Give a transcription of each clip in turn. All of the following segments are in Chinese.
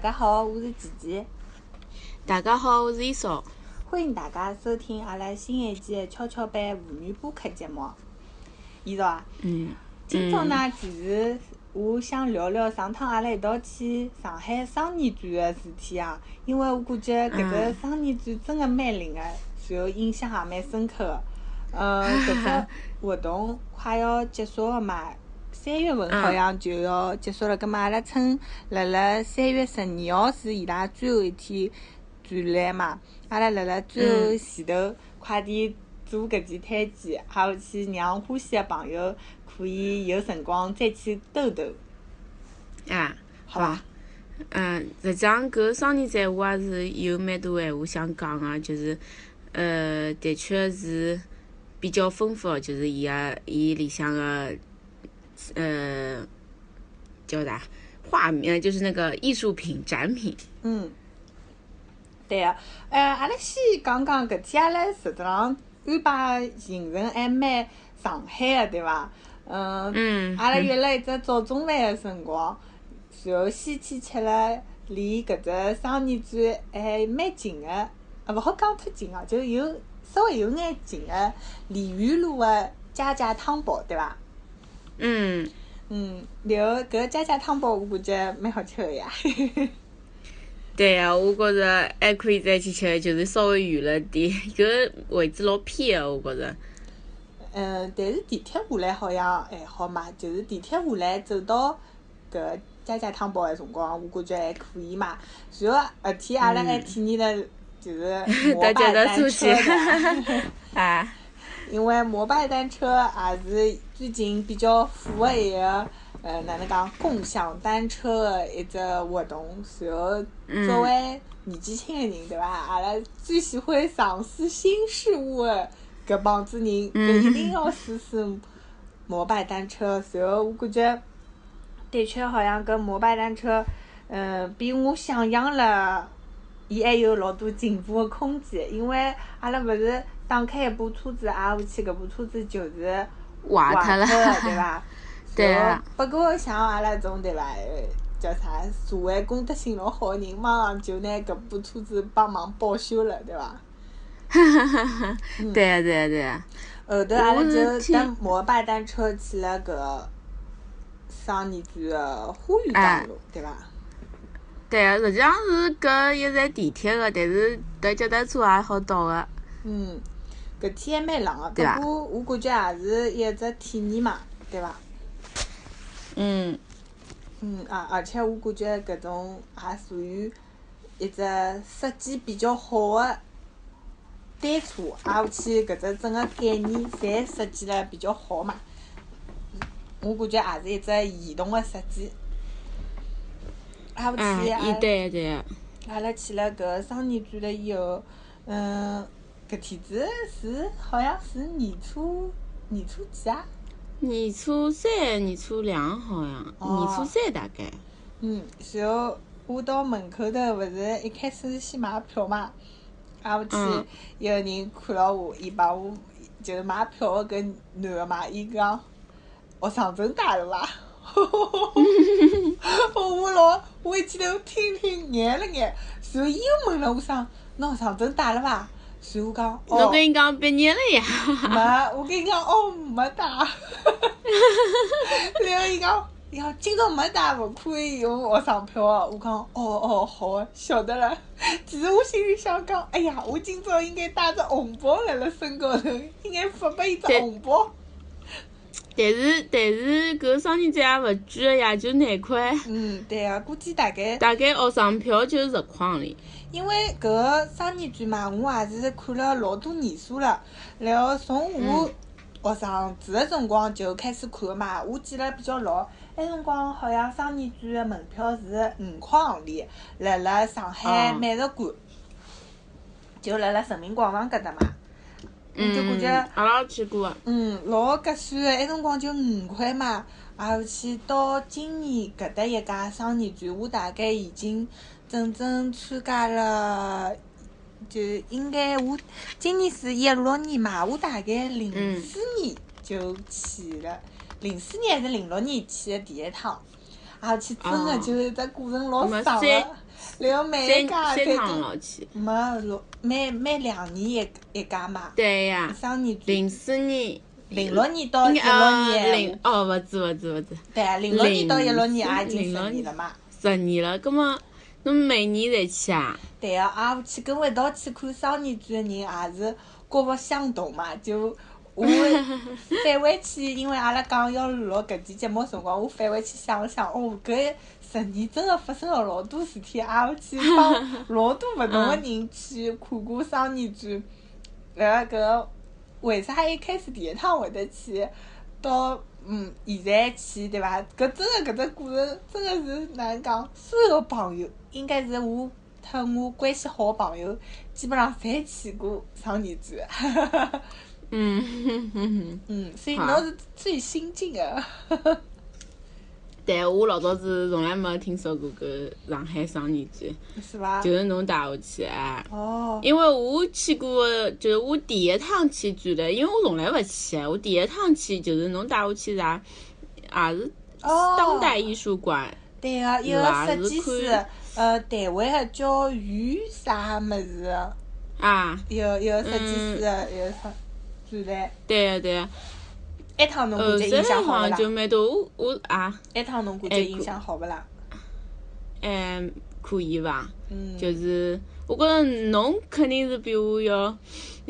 家好，我是琪琪，大家好，我是伊嫂。欢迎大家收听阿拉新一季的跷跷板妇女播客节目。伊嫂啊，嗯，今朝呢，其实我想聊聊上趟阿拉一道去上海双年展的事体啊，因为我感觉搿个嗯双年展真的蛮灵的，然后印象也蛮深刻的。嗯， 搿只活动快要结束了嘛，三月份好像就要结束了。葛末阿拉趁辣辣三月十二号是伊拉最后一天展览嘛，阿拉辣辣最后前头快点做搿件摊记，还有去让欢喜的朋友可以有辰光再去兜兜，啊，好伐？嗯，实际上搿双年展我也是有蛮多闲话想讲个、就是，呃，的确是比较丰富的，就是伊个伊里向个，呃，叫啥？画面呃就是那个艺术品展品，嗯，对个、呃，阿拉先讲讲搿天阿拉实质上安排行程还蛮上海个，对伐？嗯，嗯，阿拉约了一只早中饭个辰光，然后先去吃了离搿只双年展还蛮近个，啊勿好讲太近哦，就有稍微有眼近个梨园路个家家汤包，对伐？嗯，嗯，然后搿家家汤包我感觉蛮好吃个呀。对啊，我觉着还可以再去吃，就是稍微远了点，搿位置老偏啊个，我觉着。嗯，但是地铁下来好像还好嘛，就是地铁下来走到搿家家汤包的辰光，我感觉还可以嘛。然后那天阿拉还体验了就是摩搭拜脚踏单车车的， 啊，因为摩拜单车也是最近比较火的一个呃哪能讲共享单车的一只活动。然后嗯作为年纪轻的人对伐，阿拉最喜欢尝试新事物的搿帮子人，嗯一定要试试摩拜单车。然后我感觉的确好像搿摩拜单车，嗯、比我想象了。伊还有老多进步的空间，因为阿拉勿是打开一部车子挨下去，搿部车子就是坏坏脱脱了，对了。伐？ 对啊然后不过像阿拉种对伐，呃叫啥社会公德心老好的人，马上就拿搿部车子帮忙保修了，对伐？ 对呀、对呀、啊对呀、后头阿拉我就是搭摩拜单车去了搿双年展的花园哎道路，对伐？对呀、实际上是搿一站地铁个，但是搭脚踏车也好到个。嗯，搿天还蛮冷个，对伐啊不过我感觉也是一只体验嘛，对伐？嗯，嗯啊，而且我感觉搿种也属于一只设计比较好的单车，挨下去搿只整个概念侪设计了比较好嘛。我感觉也是一只移动的设计。挨下嗯，去一阿对呀、对呀、阿拉去了搿双年展了以后，嗯，搿天子是好像是年初年初几啊？年初三、年初两好像，哦年初三大概。嗯，然后我到门口头，勿是一开始先买票嘛，挨下去嗯有人看牢我，伊帮我就是买票的搿男个嘛，伊讲学长真大了伐？ 我老我一记头听听眼了眼，然后伊又问了我声，侬学长真大了伐？然后我讲侬哦，跟伊讲毕业了 呀？没，我跟伊讲哦没打， 然后伊讲，哎伊讲今朝没打，勿可以用学生票哦。我讲哦哦好，晓得了。其实我心里想讲，哎呀，我今朝应该带只红包辣辣身高头，应该发拨伊只对红包。但是但是搿双年展也勿贵个呀，就廿块，嗯，对啊，估计大概大概学生票就十块行钿。因为搿个双年展嘛，我也是看了老多年数了。然后从我学生子的辰光就开始看嘛，我记了比较牢。埃辰光好像双年展的门票是五块行钿，辣辣上海哦美术馆，就辣辣人民广场搿搭嘛。我就感嗯，觉阿拉也去过啊个。嗯，老合算的，埃辰光就五块嘛，而且到今年搿搭一家双年展，我大概已经整整参加了，就应该我今年是一六年嘛，我大概零嗯四年就去了，零四年还是零六年去的第一趟，而且真的哦就是这过程老啊没长三的，然后每一三家三侪趟都老去。没老每每两年一一家嘛，对呀、上年最零四年。零六年到应一该六呃年零，哦，勿止勿止勿止，对，零六年到一六年也已经零十六年年了嘛。十年了，葛么侬每年侪去啊？对个、啊，也去跟我一道去看双年展的人也是各不相同嘛。就我返回去，因为阿拉讲要录搿期节目的辰光，我返回去想了想，哦，搿十年真的发生了老多事体，也去帮老多勿同的人去看过双年展。然后搿为啥一开始第一趟会得去，到嗯现在去对伐？搿真的搿只过程真的是哪能讲？所有朋友应该是我和我关系好的朋友，基本上侪去过双年展。嗯， 哼哼哼 嗯，所以好侬是最新进的。 对我老早子从来没听说过搿上海双年展，是伐就？是侬带我去啊。哦，因为我去过，就是我第一趟去展览，因为我从来勿去，我第一趟去就是侬带我去啥，也是哦当代艺术馆，对个、一是个吧设计是师看，呃，台湾的叫于啥物事，啊，一个一个设计师，嗯一个啥展览。对啊对啊，埃趟侬感后觉印象头好好勿啦像？就蛮多，我我啊，埃趟侬感觉印象好勿啦？嗯，可以伐？嗯，就是我觉着侬肯定是比我要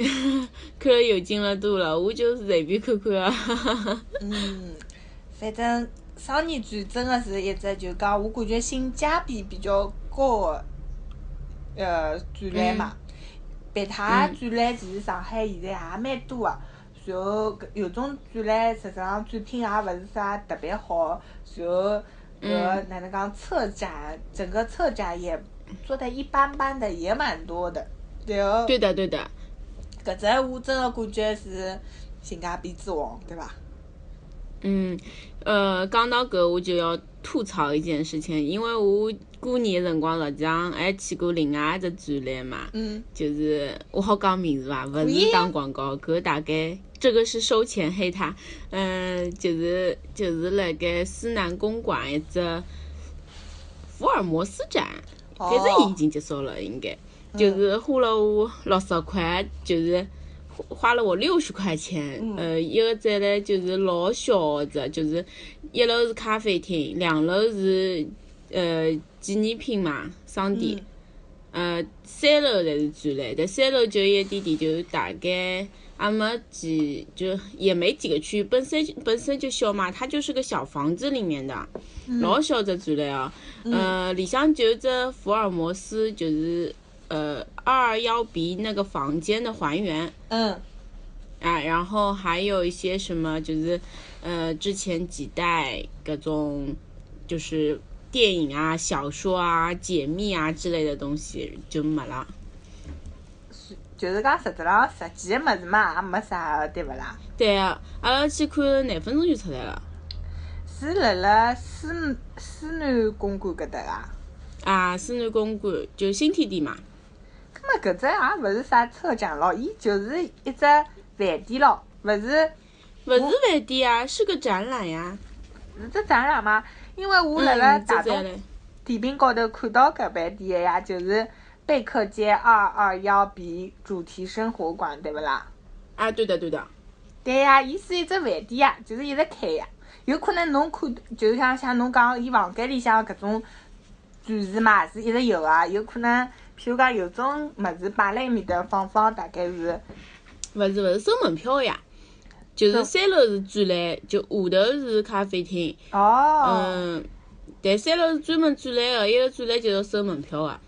看了有劲了多了，我就随便看看啊。嗯，反正双年展真的是一只就讲，我感觉性价比比较高的呃展览嘛。别他展览其实上海现在也蛮多的。然后搿有种展览，实际上展品也勿是啥特别好。然后搿嗯哪能讲策展，整个策展也做的一般般的，也蛮多的。然后对的对的，搿只我真的感觉是性价比之王，对伐？嗯，呃，讲到搿我就要吐槽一件事情，因为我过年的辰光实际上还去过另外一只展览嘛，嗯。就是我好讲名字伐，勿以啊是打广告，搿大概这个是收钱黑他，嗯、就是就是辣盖思南公馆一只福尔摩斯展，哦反正已经结束了，应该就是花了我六十块，就是。花了我六十块钱，呃，一个展览就是老小的只，就是一楼是咖啡厅，两楼是呃纪念品嘛商店，呃，三楼才是展览，但三楼就一点点，就是大概也没几，就也没几个区，本身本身就小嘛，它就是个小房子里面的，老小只展览啊。呃，里向就这福尔摩斯就是呃二二幺 B 那个房间的还原嗯啊，然后还有一些什么就是呃之前几代各种就是电影啊、小说啊、解密啊之类的东西就没了。，就是讲实质上实际的物事嘛，也没啥个，对勿啦？对啊，阿拉去看廿分钟就出来了是辣辣思思南公馆搿搭啊。啊！思南公馆就新天地嘛，葛末搿只也勿是啥车展咯，伊就是一只饭店咯，勿是勿是饭店啊，是个展览呀。是只展览嘛？因为我辣辣嗯就大这样众嘞点评高头看到搿饭店的呀，就是贝克街二二幺 B 主题生活馆，对勿啦？啊，对的对的，对呀、伊是一只饭店呀，就是一直开呀。有可能侬看，就是像像侬讲，伊房间里向搿种展示嘛，是一直有啊。有可能，譬如讲有种物事摆辣埃面搭放放，大概是勿是勿是收门票呀，就是收三楼是展览，就下头是咖啡厅，哦、嗯，但三楼是专门展览的，一个展览就要收门票啊，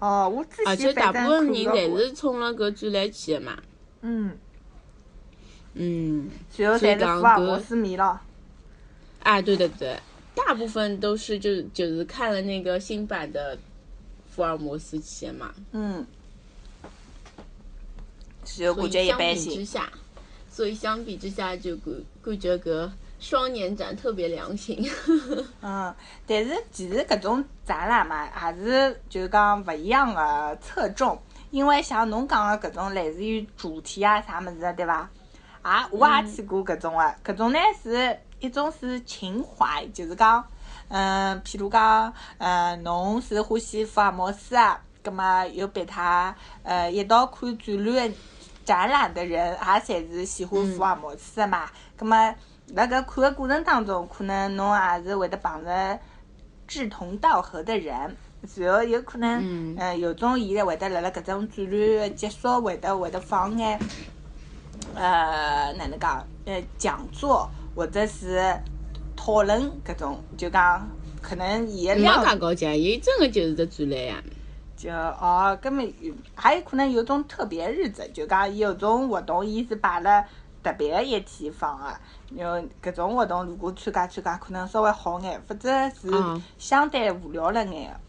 哦，我之而且前啊大反部正分看人到侪过是冲了搿展览去的嘛，嗯，嗯。然后所以侪是讲福尔搿摩斯迷咯。啊，对的对的，大部分都是就就是看了那个新版的福尔摩斯鞋嘛，嗯，然后所感以觉一相般比之性。下，所以相比之下就感感觉个双年展特别良心。嗯，但是其实搿种展览嘛，也是就是讲勿一样的侧重，因为像侬讲的搿种类似于主题啊啥物事的，对伐？啊，我也去过搿种的，搿种呢是一种是情怀，就是讲，嗯、嗯，譬如讲，嗯，侬是欢喜福尔摩斯啊，葛么有陪他呃一道看展览的展览的人，也侪是喜欢福尔摩斯的嘛。葛么辣搿看的过程当中，可能侬也是会得碰着志同道合的人。然后有可能，嗯，有种伊会得辣辣搿种展览的结束，会得会得放眼，呃，哪能讲？呃，讲座或者是讨论搿种，就讲可能伊的没量介高级啊，伊真的就是只展览呀。就哦，根本还有可能有种特别日子，就讲有种活动伊是摆了特别的一天放的、然后啊搿种活动如果参加参加，可能稍微好眼，否则是嗯相对无聊了眼的。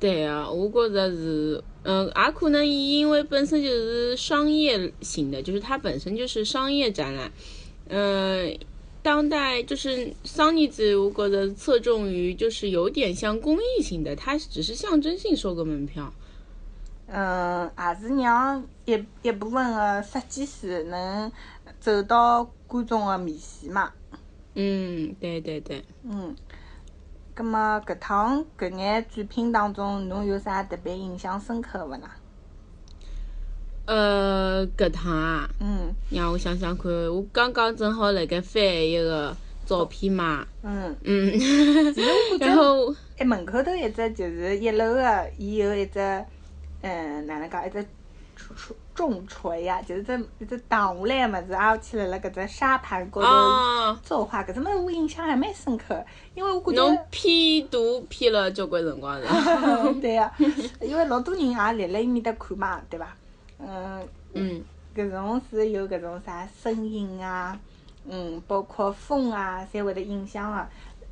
对啊，我觉着是，嗯，也可能伊因为本身就是商业型的，就是它本身就是商业展览，嗯。当代就是桑尼子，我觉着侧重于就是有点像公益性的，它只是象征性收个门票。嗯，也是让一一部分的设计师能走到观众的面前嘛。嗯，对对对，嗯，葛么搿趟搿眼展品当中，侬有啥特别印象深刻的啦？呃，搿趟啊，嗯让我想想看，我刚刚正好辣盖翻一个照片嘛，嗯，嗯，其实我觉然着后哎门口头一只就是一楼的，伊有一只嗯哪能讲一只重重重锤呀、就是这一只荡下来的物事，挨下去辣辣搿只沙盘高头啊，作画，搿只物事我印象还蛮深刻，因为我感觉侬。批读批了交关辰光 了， 对呀、因为老多人也立辣伊面搭看嘛，对伐？嗯，嗯，搿种是有搿种啥声音啊，嗯，包括风啊，侪会得影响个、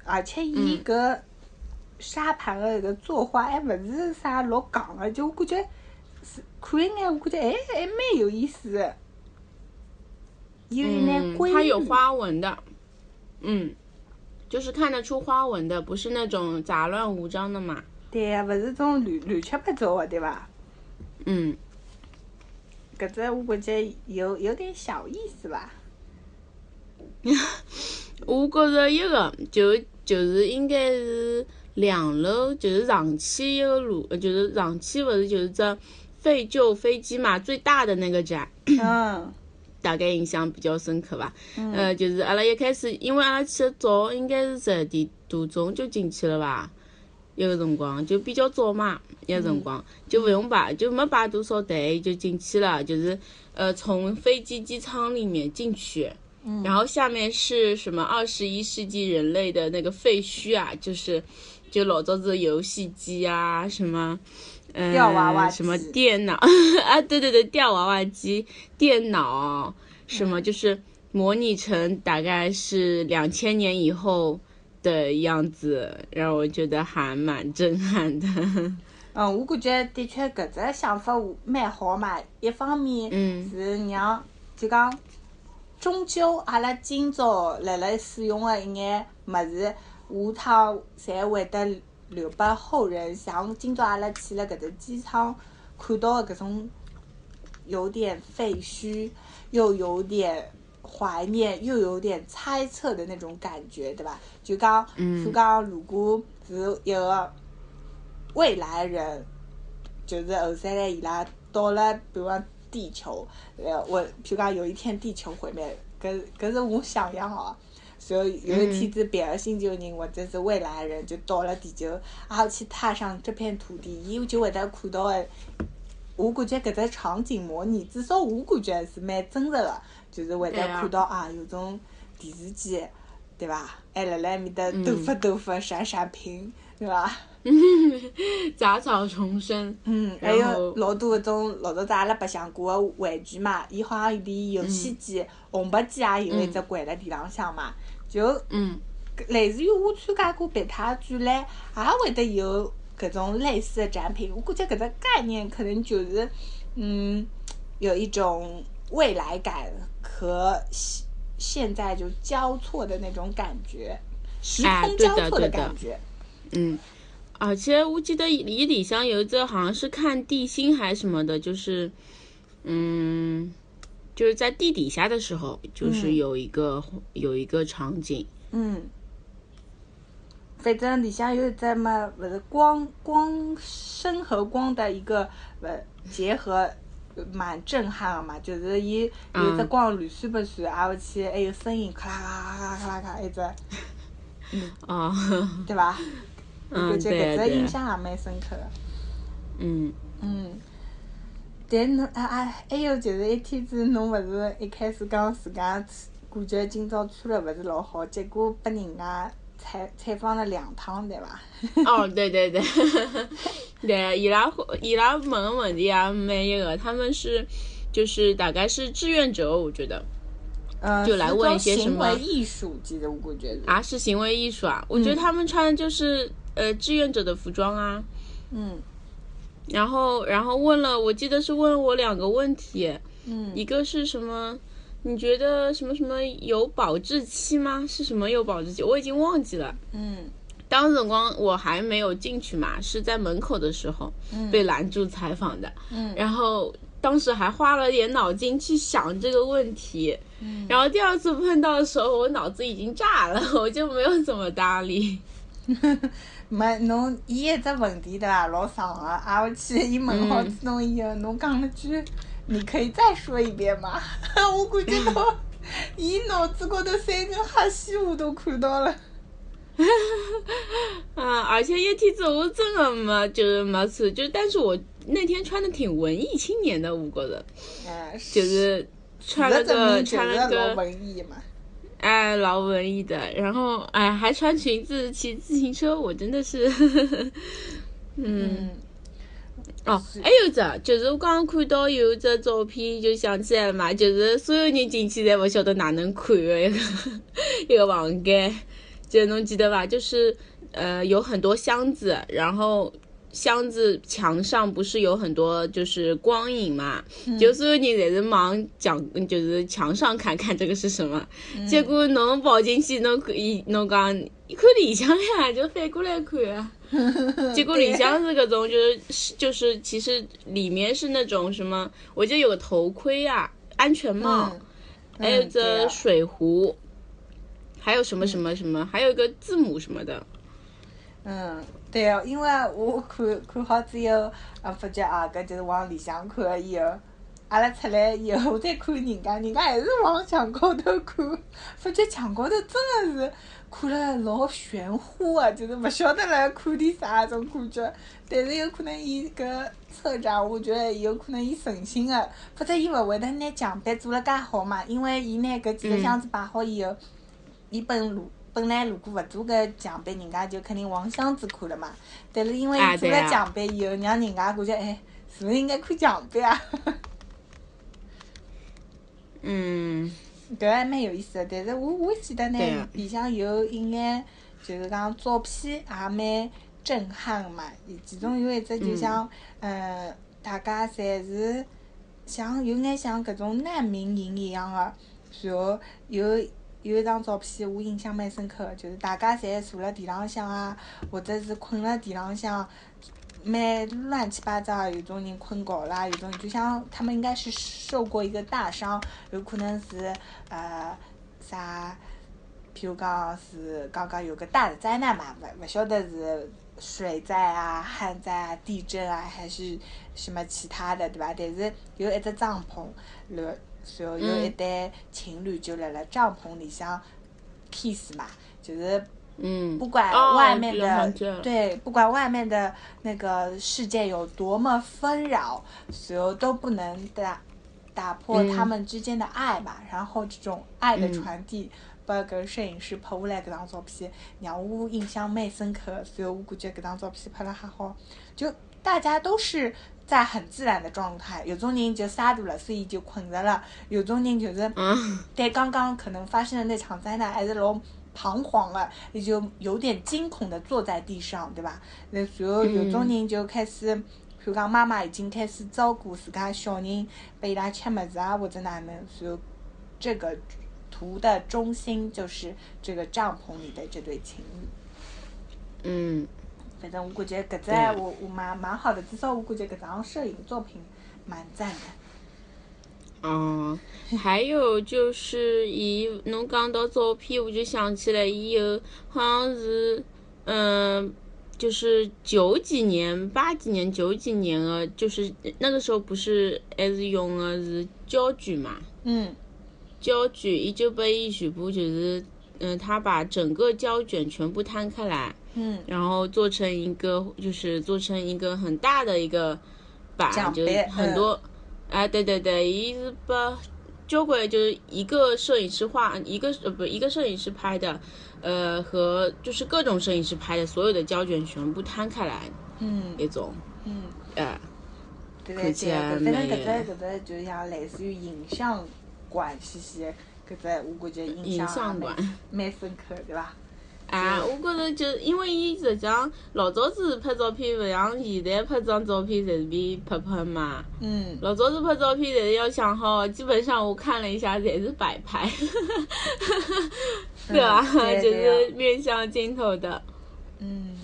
而且伊搿沙盘个搿作画还勿是啥老戆个，就我感觉是看一眼，我感觉哎还蛮有意思的。有一眼嗯规，律，它有花纹的，嗯，就是看得出花纹的，不是那种杂乱无章的嘛，对呀、勿是种乱乱七八糟个，对伐？嗯，搿只我感觉有有点小意思 吧。我觉着一个就就是应该是两楼，就是上去一个路，呃就是上去不是就是这废旧飞机嘛，最大的那个展。嗯大概印象比较深刻吧。呃，就是阿拉一开始，因为阿拉去的早，应该是十点多钟就进去了吧，一个辰光就比较早嘛，一个辰嗯光就不用排，就没排多少队就进去了，就是呃从飞机机舱里面进去。嗯然后下面是什么？二十一世纪人类的那个废墟啊，就是就老早子的游戏机啊，什么，呃，吊娃娃什么机电脑 啊，对对对，吊娃娃机、电脑，什嗯么就是模拟成大概是两千年以后的样子，让我觉得还蛮震撼的。 嗯，我感觉的确搿只想法我蛮好嘛。一方面嗯是让就讲，终究阿拉今朝辣辣使用的一眼物事，下趟侪会得留拨后人。像今朝阿拉去了搿只机场看到的搿种，有点废墟，又有点怀念，又有点猜测的那种感觉，对吧？就讲，嗯就讲，如果是一个。未来人，就是后三代伊拉到了，比如讲地球，呃，我譬如讲有一天地球毁灭，搿搿是我想象哦。所以有一天子别的星球人或者是未来人就到了地球，然后去踏上这片土地，伊就会得看到的。我感觉搿只场景模拟，至少我感觉是蛮真实的，就是会得对啊看到啊，有种电视机，对伐？还辣辣埃面搭抖发抖发闪闪屏，对伐？杂草丛生，嗯，还然有后老多搿种老早子阿拉白相过个玩具嘛，伊好像连游戏嗯机、红白机也有一只掼辣地浪向嘛，就嗯。类似于我参加过别他展览，也会得有搿种类似的展品。我估计搿只概念可能就是，嗯，有一种未来感和现现在就交错的那种感觉，时哎空对交的错的对的感觉。嗯，而且我记得伊里向有一只好像是看地心还是什么的，就是，嗯，就是在地底下的时候，就嗯是有一个、有一个场景，嗯，反正里向有一只嘛，勿是光光声和光的一个呃结合，蛮震撼的嘛。就是伊有一只光乱算不算，挨下去还有声音，咔啦咔啦咔啦咔啦咔，一只，嗯，哦，对伐？嗯，我觉对得搿只对印，象也蛮深刻的。嗯嗯，但侬啊啊，还有就是一天子侬勿是一开始讲自家感觉今朝穿了勿是老好，结果被人家采采访了两趟，对伐？哦，对对 对，对，伊拉伊拉问的问题也蛮一个，他们是就是大概是志愿者，我觉得嗯，就来问一些什么是一种行为艺术，其实我感觉是。啊是行为艺术啊，我觉得他们穿的就是、呃志愿者的服装啊，嗯然后然后问了，我记得是问我两个问题，嗯一个是什么？你觉得什么什么有保质期吗？是什么有保质期？我已经忘记了。嗯当时辰光我还没有进去嘛，是在门口的时候嗯被拦住采访的。嗯然后当时还花了点脑筋去想这个问题。嗯然后第二次碰到的时候，我脑子已经炸了，我就没有怎么搭理。没 侬伊一只问题对伐？老长个，挨下去伊问好嗯子侬以后，侬讲了句，你可以再说一遍吗？ 我感嗯觉到伊脑子高头三根黑线我都看到了。啊，而且一天子我真的没就是没穿，就但是我那天穿的挺文艺青年的，我觉得嗯，就是穿了搿证个明穿就了是老个。文艺嘛。哎，老文艺的，然后哎，还穿裙子骑自行车，我真的是，嗯，嗯哦，还有一只，就是我刚刚看到有一只照片，就想起来了嘛，就是所有人进去侪勿晓得哪能看的一个 一个房间，就侬记得伐？就是呃，有很多箱子，然后。箱子墙上不是有很多就是光影嘛，嗯就所有人侪是忙讲，就是墙上看看这个是什么，嗯结果侬跑进去，侬看伊侬讲伊看里向呀，就反过来看 啊。结果里向是搿种，就是是就是其实里面是那种什么，我记得有个头盔啊，安全帽，嗯还有嗯对个啊水壶，还有什么什么什么，还有一个字母什么的。嗯，对哦，因为我看看好之后，啊，发觉啊，搿就是往里向看了以后，阿拉出来以后再看人家，人家还是往墙高头看，发觉墙高头真的是看了老玄乎啊，就是勿晓得辣看点啥种感觉。但是有可能伊搿策展，我觉得有可能伊存心的，否则伊勿会得拿墙壁做了介好嘛，因为伊拿搿几个箱子摆好以后。伊本如本来如果勿做搿墙壁，人家就肯定往箱子看了嘛。但是因为啊伊做对了啊墙壁以后，让人家感觉哎，是勿是应该看 墙壁啊？嗯，搿还蛮有意思的。但是我我记得呢对啊，里向有一眼就是讲照片也蛮震撼的嘛。其中有一只就像，嗯呃，大家侪是像有眼像搿种难民营一样的，然后有有一张照片我印象蛮深刻的，就是大家侪坐辣地浪向啊，或者是困辣地浪向。蛮乱七八糟的，有种人困觉啦，有种就像他们应该是受过一个大伤，有可能是呃啥，譬如讲是刚刚有个大的灾难嘛，勿勿晓得是水灾啊、旱灾啊、地震啊，还是什么其他的，对吧？但是有一只帐篷，然后然后有一嗯对情侣就辣辣帐篷里向 kiss 嘛，就是嗯，不管哦外面我好像的、知道了对，不管外面的那个世界有多么纷扰，所有都不能打打破嗯他们之间的爱吧。然后这种爱的嗯传递，把搿摄影师拍下来搿张照片，让我印象蛮深刻的。所以我感觉搿张照片拍了还好，就大家都是。在很自然的状态，有种人就撒度了，所以就困着了；有种人就是嗯，对刚刚可能发生的那场灾难还是老彷徨了，也就有点惊恐的坐在地上，对吧？那随后有种人就开始，譬如讲妈妈已经开始照顾自家小人，拨伊拉吃物事啊或者哪能，随后这个图的中心就是这个帐篷里的这对情侣。嗯，反正我感觉搿只对啊我我蛮蛮好的，至少我感觉搿张摄影作品蛮赞的。哦，还有就是伊侬讲到照片，我就想起来伊有好像是，嗯、嗯、呃，就是九几年、八几年、九几年的，就是那个时候不是还是用的是胶卷嘛？嗯，胶卷，伊就把伊全部就是，嗯、他把整个胶卷全部摊开来，嗯，然后做成一个，就是做成一个很大的一个板，奖就是杯嗯很多，哎，对对对，伊是把交关就是一个摄影师画，一个呃不一个摄影师拍的，呃和就是各种摄影师拍的所有的胶卷全部摊开来嗯那种，嗯，哎，搿看只起对，来搿反正蛮搿只搿只就是像类似于影像馆兮兮的，啊搿只我感觉印影象像也蛮馆。蛮深刻，对伐？啊，我觉着就因为伊实际上老早子拍照片，勿像现在拍张照片随便拍拍嘛。嗯，老早子拍照片，侪是要想好，基本上我看了一下，侪是摆拍，对吧？嗯对就对啊是面向镜头的。嗯。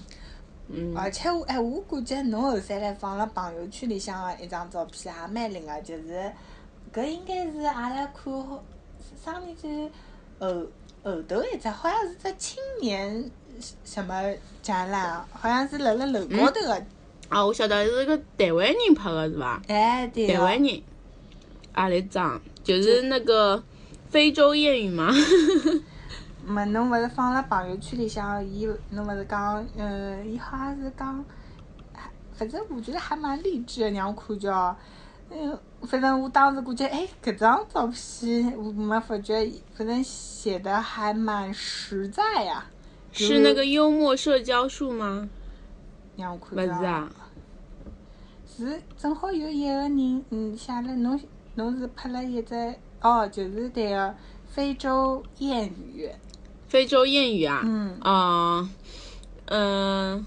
嗯，而且我哎，我感觉侬后三来放了朋友圈里向的一张照片也蛮灵个，就是搿应该是阿拉看好啥物事后后头一只，好像是只青年什么展览啊，好像是辣辣楼高头个，啊，我晓得是个台湾人拍的，是吧？哎对台个，湾人，啊，来张，就是那个非洲谚语嘛。么侬勿是放辣朋友圈里向，伊侬勿是讲，嗯，伊好像是讲，还反正我觉得还蛮励志的，让我看叫，嗯，反正我当时感觉，哎，搿张照片我没发觉，反正写的还蛮实在呀、是那个幽默社交术吗？让我看不是叫，啊，是正好有一个人，嗯，写了侬侬是拍了一只，哦，就是对个非洲谚语，非洲谚语啊。嗯。啊，嗯、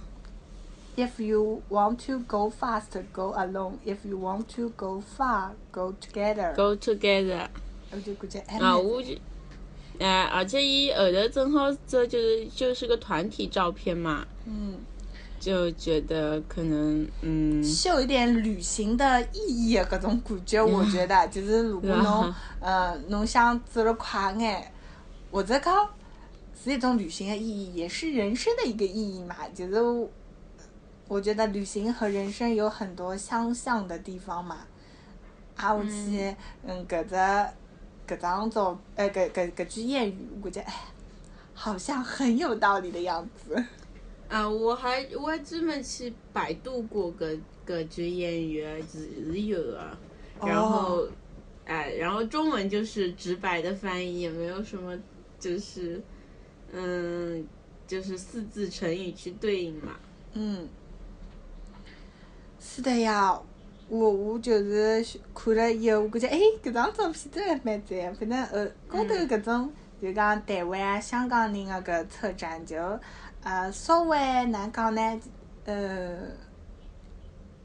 If you want to go fast, go alone. If you want to go far, go together. g o together。我就感觉哎，啊，我就，哎、而且伊后头正好这就是就是个团体照片嘛，嗯，就觉得可能嗯，秀一点旅行的意义啊，各种感觉，我觉得就是如果侬嗯呃侬想走得快眼，或者讲是一种旅行的意义，也是人生的一个意义嘛。就是我我觉得旅行和人生有很多相像的地方嘛。啊，我去，嗯，搿只搿张照，呃，搿搿搿句谚语，我感觉哎，好像很有道理的样子。啊，我还我还专门去百度过搿搿句谚语，是是有的，然后，哎、然后中文就是直白的翻译，也没有什么就是，嗯，就是四字成语去对应嘛。嗯，是的呀，我我就是看了以后，我感觉哎，搿张照片真的蛮赞。反正呃，高头搿种就讲台湾啊、香港人的搿策展就呃稍微难讲呢，呃，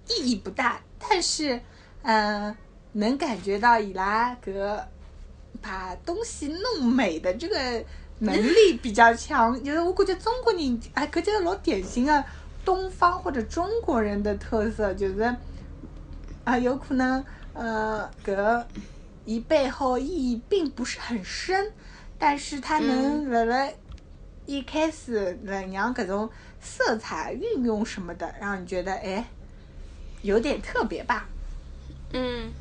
意义不大，但是嗯、呃能感觉到伊拉搿把东西弄美的这个能力比较强，就是我感觉中国人哎，搿就是老典型的东方或者中国人的特色，就是啊，有可能呃搿伊背后意义并不是很深，但是它能辣辣一开始能让搿种色彩运用什么的，让你觉得哎有点特别吧。嗯。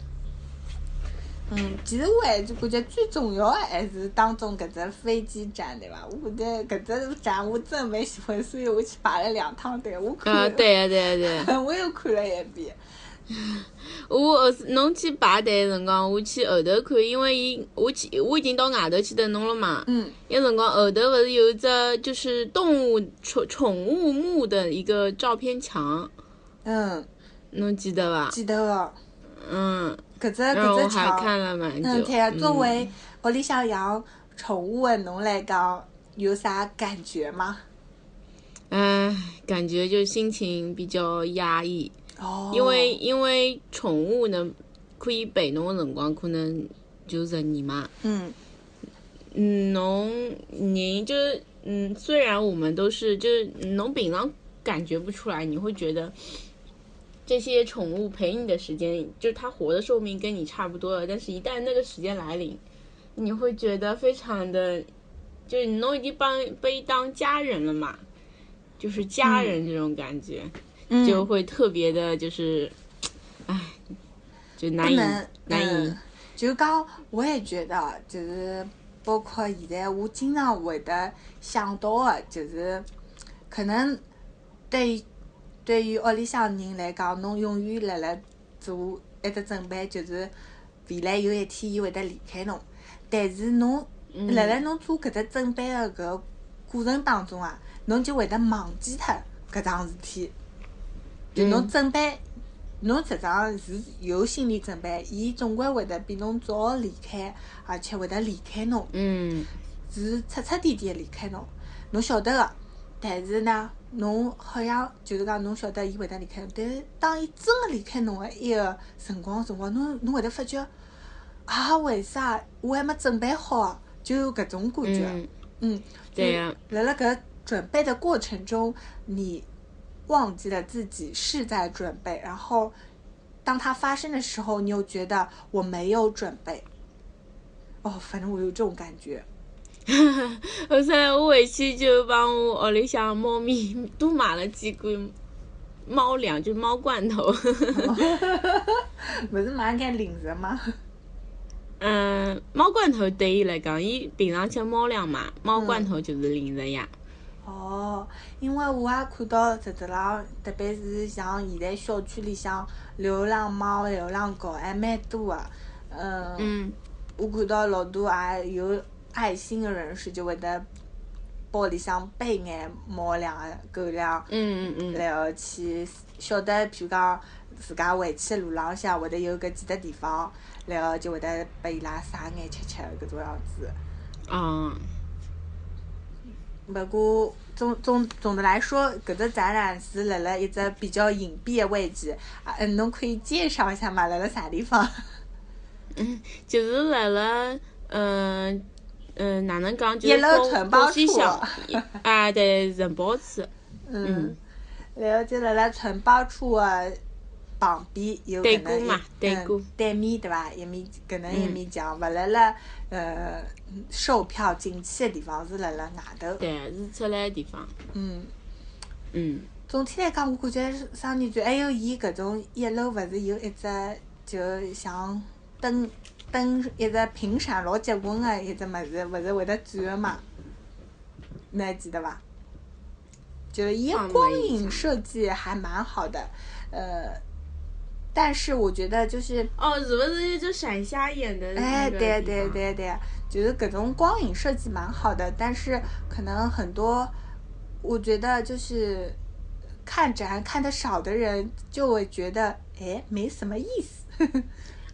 嗯，其实我还是感觉最重要的还是当中搿只飞机展，对伐？我觉得搿只展我真的蛮喜欢， 所以我去排了两趟队。我看，啊，对呀、对呀、对、呀。我又看了一遍。我后侬去排队的辰光，我去后头看，因为伊我去我已经到外头去等侬了嘛。嗯有辰光后头勿是有一只就是动物宠宠物墓的一个照片墙，嗯，侬记得伐？记得哦，嗯，搿只然后搿我只还看场，了蛮久。嗯，对啊，作嗯为屋里向养宠物的侬来讲，有啥感觉吗？嗯唉，感觉就心情比较压抑，哦，因为因为宠物呢，可以陪侬的辰光可能就十年嘛。嗯嗯，侬您就是嗯，虽然我们都是就是嗯侬平常感觉不出来，你会觉得这些宠物陪你的时间，就是它活的寿命跟你差不多了，但是一旦那个时间来临，你会觉得非常的，就是侬已经帮被当家人了嘛，就是家人这种感觉，嗯就会特别的，就是，唉，就难以不能难以、嗯就是讲，我也觉得，就是包括现在，啊我经常会得想到的，就是可能对于对于屋里向人来讲，侬永远辣辣做一只准备，就是未来有一天伊会得离开侬。但是侬嗯辣辣侬做搿只准备的搿过程当中啊，侬就会得忘记脱搿桩事体。就侬嗯准备，侬实际上是有心理准备，伊总归会得比侬早离开，而且会得离开侬，嗯是彻彻底底地离开侬，侬晓得个。但是呢，侬好像就是讲，侬晓得伊会得离开侬，但是当伊真个离开侬个一个辰光的辰光，侬侬会得发觉，啊，为啥我还没准备好啊？就有搿种感觉。嗯，嗯，对呀就在那个准备的过程中，你忘记了自己是在准备，然后当它发生的时候，你又觉得我没有准备。哦，反正我有这种感觉。后头我回去就帮我屋里向猫咪多买了几罐猫粮，就猫罐头。 不是马上该领着吗？嗯，猫罐头对伊来讲，伊平常吃猫粮嘛，猫罐头就是零食呀。哦，因为我也看到实质浪，特别是像现在小区里向流浪猫、流浪狗还蛮多的。嗯嗯我看到老多也有爱心的人士就会得包里向备眼猫粮啊、狗粮，嗯嗯嗯，然后去晓得，譬如讲自家回去的路浪向会得有搿几个地方，然后就会得拨伊拉撒眼吃吃搿种样子。啊，不过总总总的来说，搿只展览是辣辣一只比较隐蔽的位置，啊，嗯，侬可以介绍一下嘛，辣辣啥地方？ 就是辣辣嗯嗯哪能讲，就一是楼包承包包西处巷，啊对承包处，嗯，然后就辣辣承包处的旁边有对搿能过嘛一对嗯过嗯对面对伐？一面搿能一面墙，勿辣辣呃售票进去的地方是辣辣外头。对是出来的地方。嗯，嗯总体来讲，我感觉双年展还有伊搿种一楼勿是有一只就像灯灯一只频闪老结棍个一只物事，勿是会得转个嘛？侬还记得伐？就是伊的光影设计还蛮好的，呃，但是我觉得就是，哦，是不是就闪瞎眼的哎，那个对地对方，对对，就是各种光影设计蛮好的，但是可能很多，我觉得就是看展看的少的人就会觉得，哎，没什么意 思。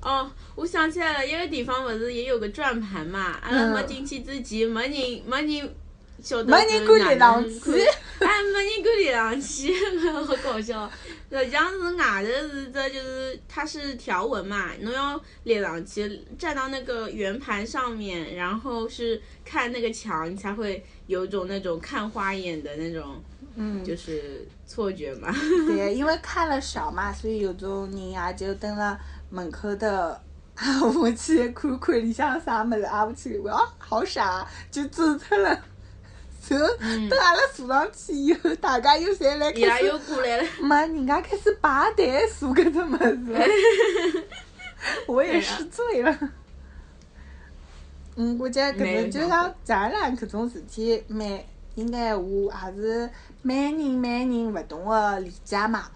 哦，我想起来了，一个地方不是也有个转盘嘛？阿拉嗯没进去之前，没人没人晓得没人管里理上去哎，没人管理上去，好搞笑。实际上是外头是这就是它是条纹嘛，侬要列上去，站到那个圆盘上面，然后是看那个墙，你才会有种那种看花眼的那种，嗯，就是错觉 嘛。 对，因为看了少嘛，所以有种人也就蹲辣门口头，啊， 我去看看里向啥物事，啊，我去，哦，好傻啊，就走脱了。就等阿拉坐上去以后，大家又侪来伊拉开嗯又始，过来了。没人家开始排队数搿只物事 了。我也是醉了。啊嗯，我觉得搿种就像展览搿种事体，蛮应该我还是每人每人勿同的理解嘛。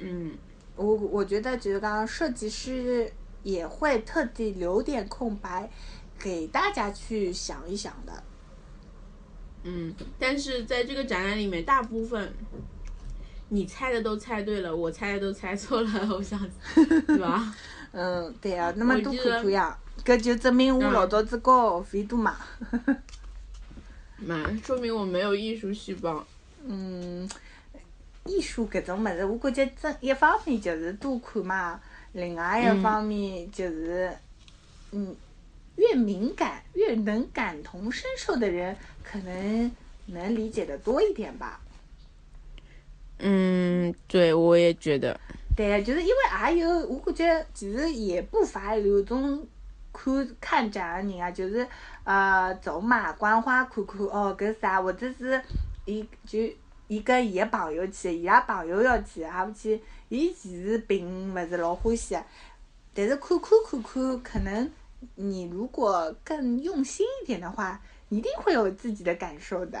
嗯我我觉得就是刚刚设计师也会特地留点空白，给大家去想一想的。嗯，但是在这个展览里面，大部分你猜的都猜对了，我猜的都猜错了，我 想，对吧？嗯，对呀、那么我多记看得看呀，搿就证明我嗯老早子高学费多嘛。嘛，说明我没有艺术细胞。嗯，艺术搿种物事，我感觉真一方面就是多看嘛，另外一方面就是，嗯，越敏感越能感同身受的人，可能能理解的多一点吧。嗯，对，我也觉得。对，就是因为也有，我感觉其实也不乏有种看看展的人啊，就是呃走马观花看看哦，搿啥，或者是伊就伊跟伊个朋友去，伊拉朋友要去，也勿去。伊其实并勿是老欢喜，但是看看看看，可能你如果更用心一点的话，一定会有自己的感受的，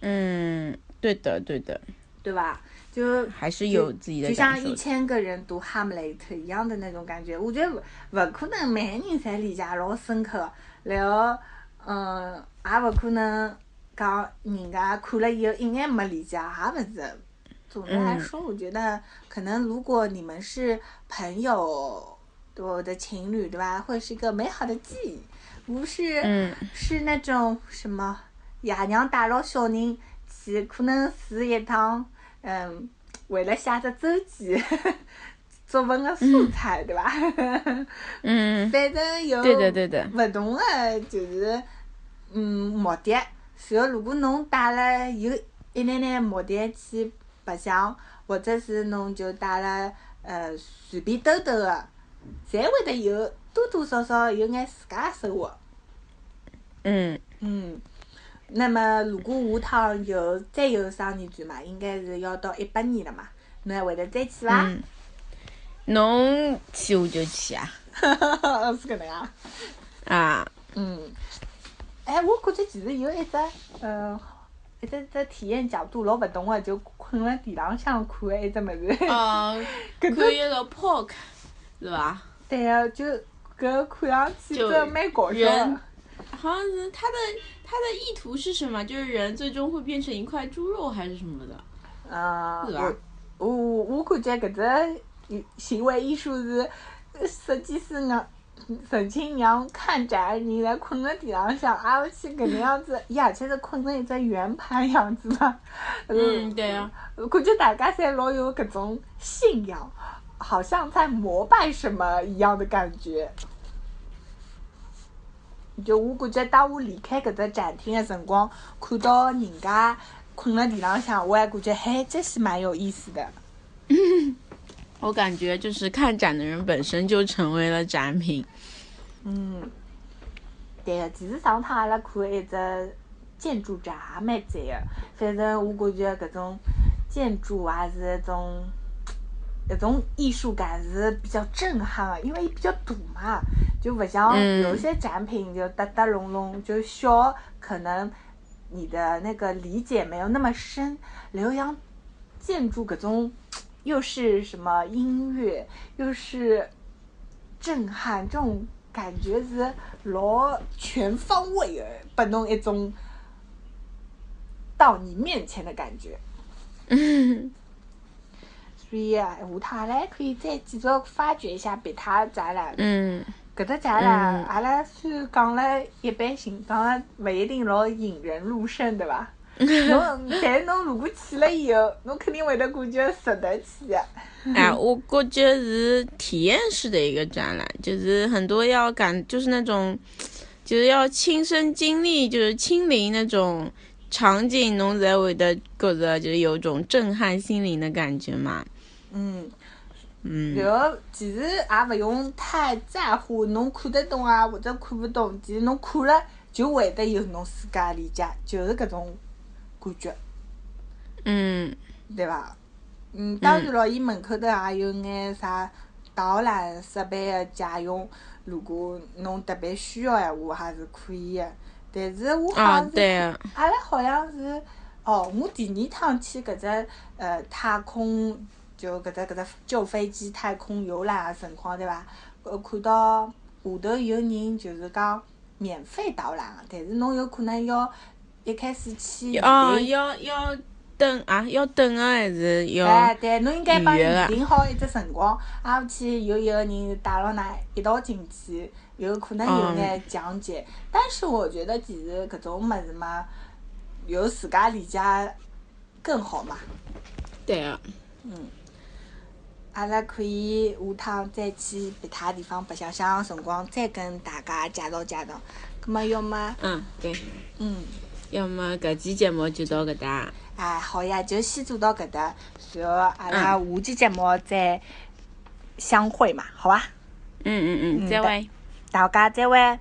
嗯，对的，对的，对吧？就还是有自己的就感像受一的。千个人读《哈姆雷特》一样的那种感觉。我觉得勿勿可能每个人侪理解老深刻，然后嗯，也勿可能讲人家看了以后一眼没理解，也勿是。总的来嗯说，我觉得可能如果你们是朋友，对吧我的情侣，对吧？会是一个美好的记忆，不是嗯，是那种什么爷娘带牢小人去，可能是一趟，嗯，为了写只周 记作文的素材，对吧？ 嗯，反正有对的，对的，勿同的啊就是，嗯，目的。然后，如果侬带了有一眼眼目的去白相，或者是侬就带了呃随便兜兜的，侪会得有多多少少有眼自家的收获。嗯，嗯，那么如果下趟有再有双年展嘛，应该是要到一八年了嘛，侬还会得再去伐？嗯侬去我就去啊， 是搿能啊。啊，嗯，哎，我感觉其实有一只，嗯、一只只体验角度老勿同个，就困辣地浪向看个一只物事。 哦，搿看只一个 pork 是伐？对个、就搿看上去就真的蛮搞笑人的。好像是它的它的意图是什么？就是人最终会变成一块猪肉还是什么的？嗯，是伐我我我感觉搿只行为艺术是呃设计师娘陈清娘看展，人在困辣地浪向，挨下去搿能样子，伊而且是困成一只圆盘样子嘛。嗯，对呀、我感觉大家侪老有搿种信仰，好像在膜拜什么一样的感觉。就我感觉，当我离开搿只展厅的辰光，看到人家困辣地浪向，我还感觉，嘿，这是蛮有意思的。我感觉就是看展的人本身就成为了展品。 嗯，对个，其实上趟阿拉看一只建筑展也蛮赞个，反正我感觉搿种建筑啊是一种，搿种艺术感是比较震撼个，因为伊比较大嘛，就勿像嗯有些展品就搭搭隆隆，就小，可能你的那个理解没有那么深，然后像建筑搿种。又是什么音乐，又是震撼，这种感觉是老全方位的，拨侬一种到你面前的感觉。所以啊，下趟阿拉还可以再继续发掘一下别他的展览。嗯搿只展览，阿拉虽然讲了一般性，讲了勿一定老引人入胜，对伐？侬，但是侬如果去了以后，侬肯定会得感觉值得去啊的。哎，我感觉是体验式的一个展览，就是很多要感，就是那种，就是要亲身经历，就是亲临那种场景，侬才会得觉着就是有种震撼心灵的感觉嘛。嗯，嗯然后其实也勿用太在乎侬看得懂啊，或者看勿懂，其实侬看了就会得有侬自家理解，就是搿种感觉，嗯对伐？嗯，当然咯，伊门口头也有眼啥导览设备的借用，如果侬特别需要闲话，还是可以的。但是我好啊，像是对啊，阿拉好像是，哦，我第二趟去搿只呃太空，就搿只搿只旧飞机太空游览个辰光，对伐？呃，看到下头有人就是讲免费导览个，但是侬有可能要一开始去预哦，定，要要等啊，要等啊，还是要？哎，对，侬应该帮预约啊预定好一只辰光，挨下去有一个人带牢㑚一道进去，有可能有眼讲解。但是我觉得其实搿种物事嘛，有自家理解更好嘛。对啊，阿拉可以下趟再去别他地方白相相的辰光，再跟大家介绍介绍。葛么要么，嗯，对，嗯，要么搿期节目就到搿搭。哎，好呀，就先做到搿搭，然后阿拉下期节目再相会嘛，好伐？嗯嗯嗯嗯，再拜会。大家再会。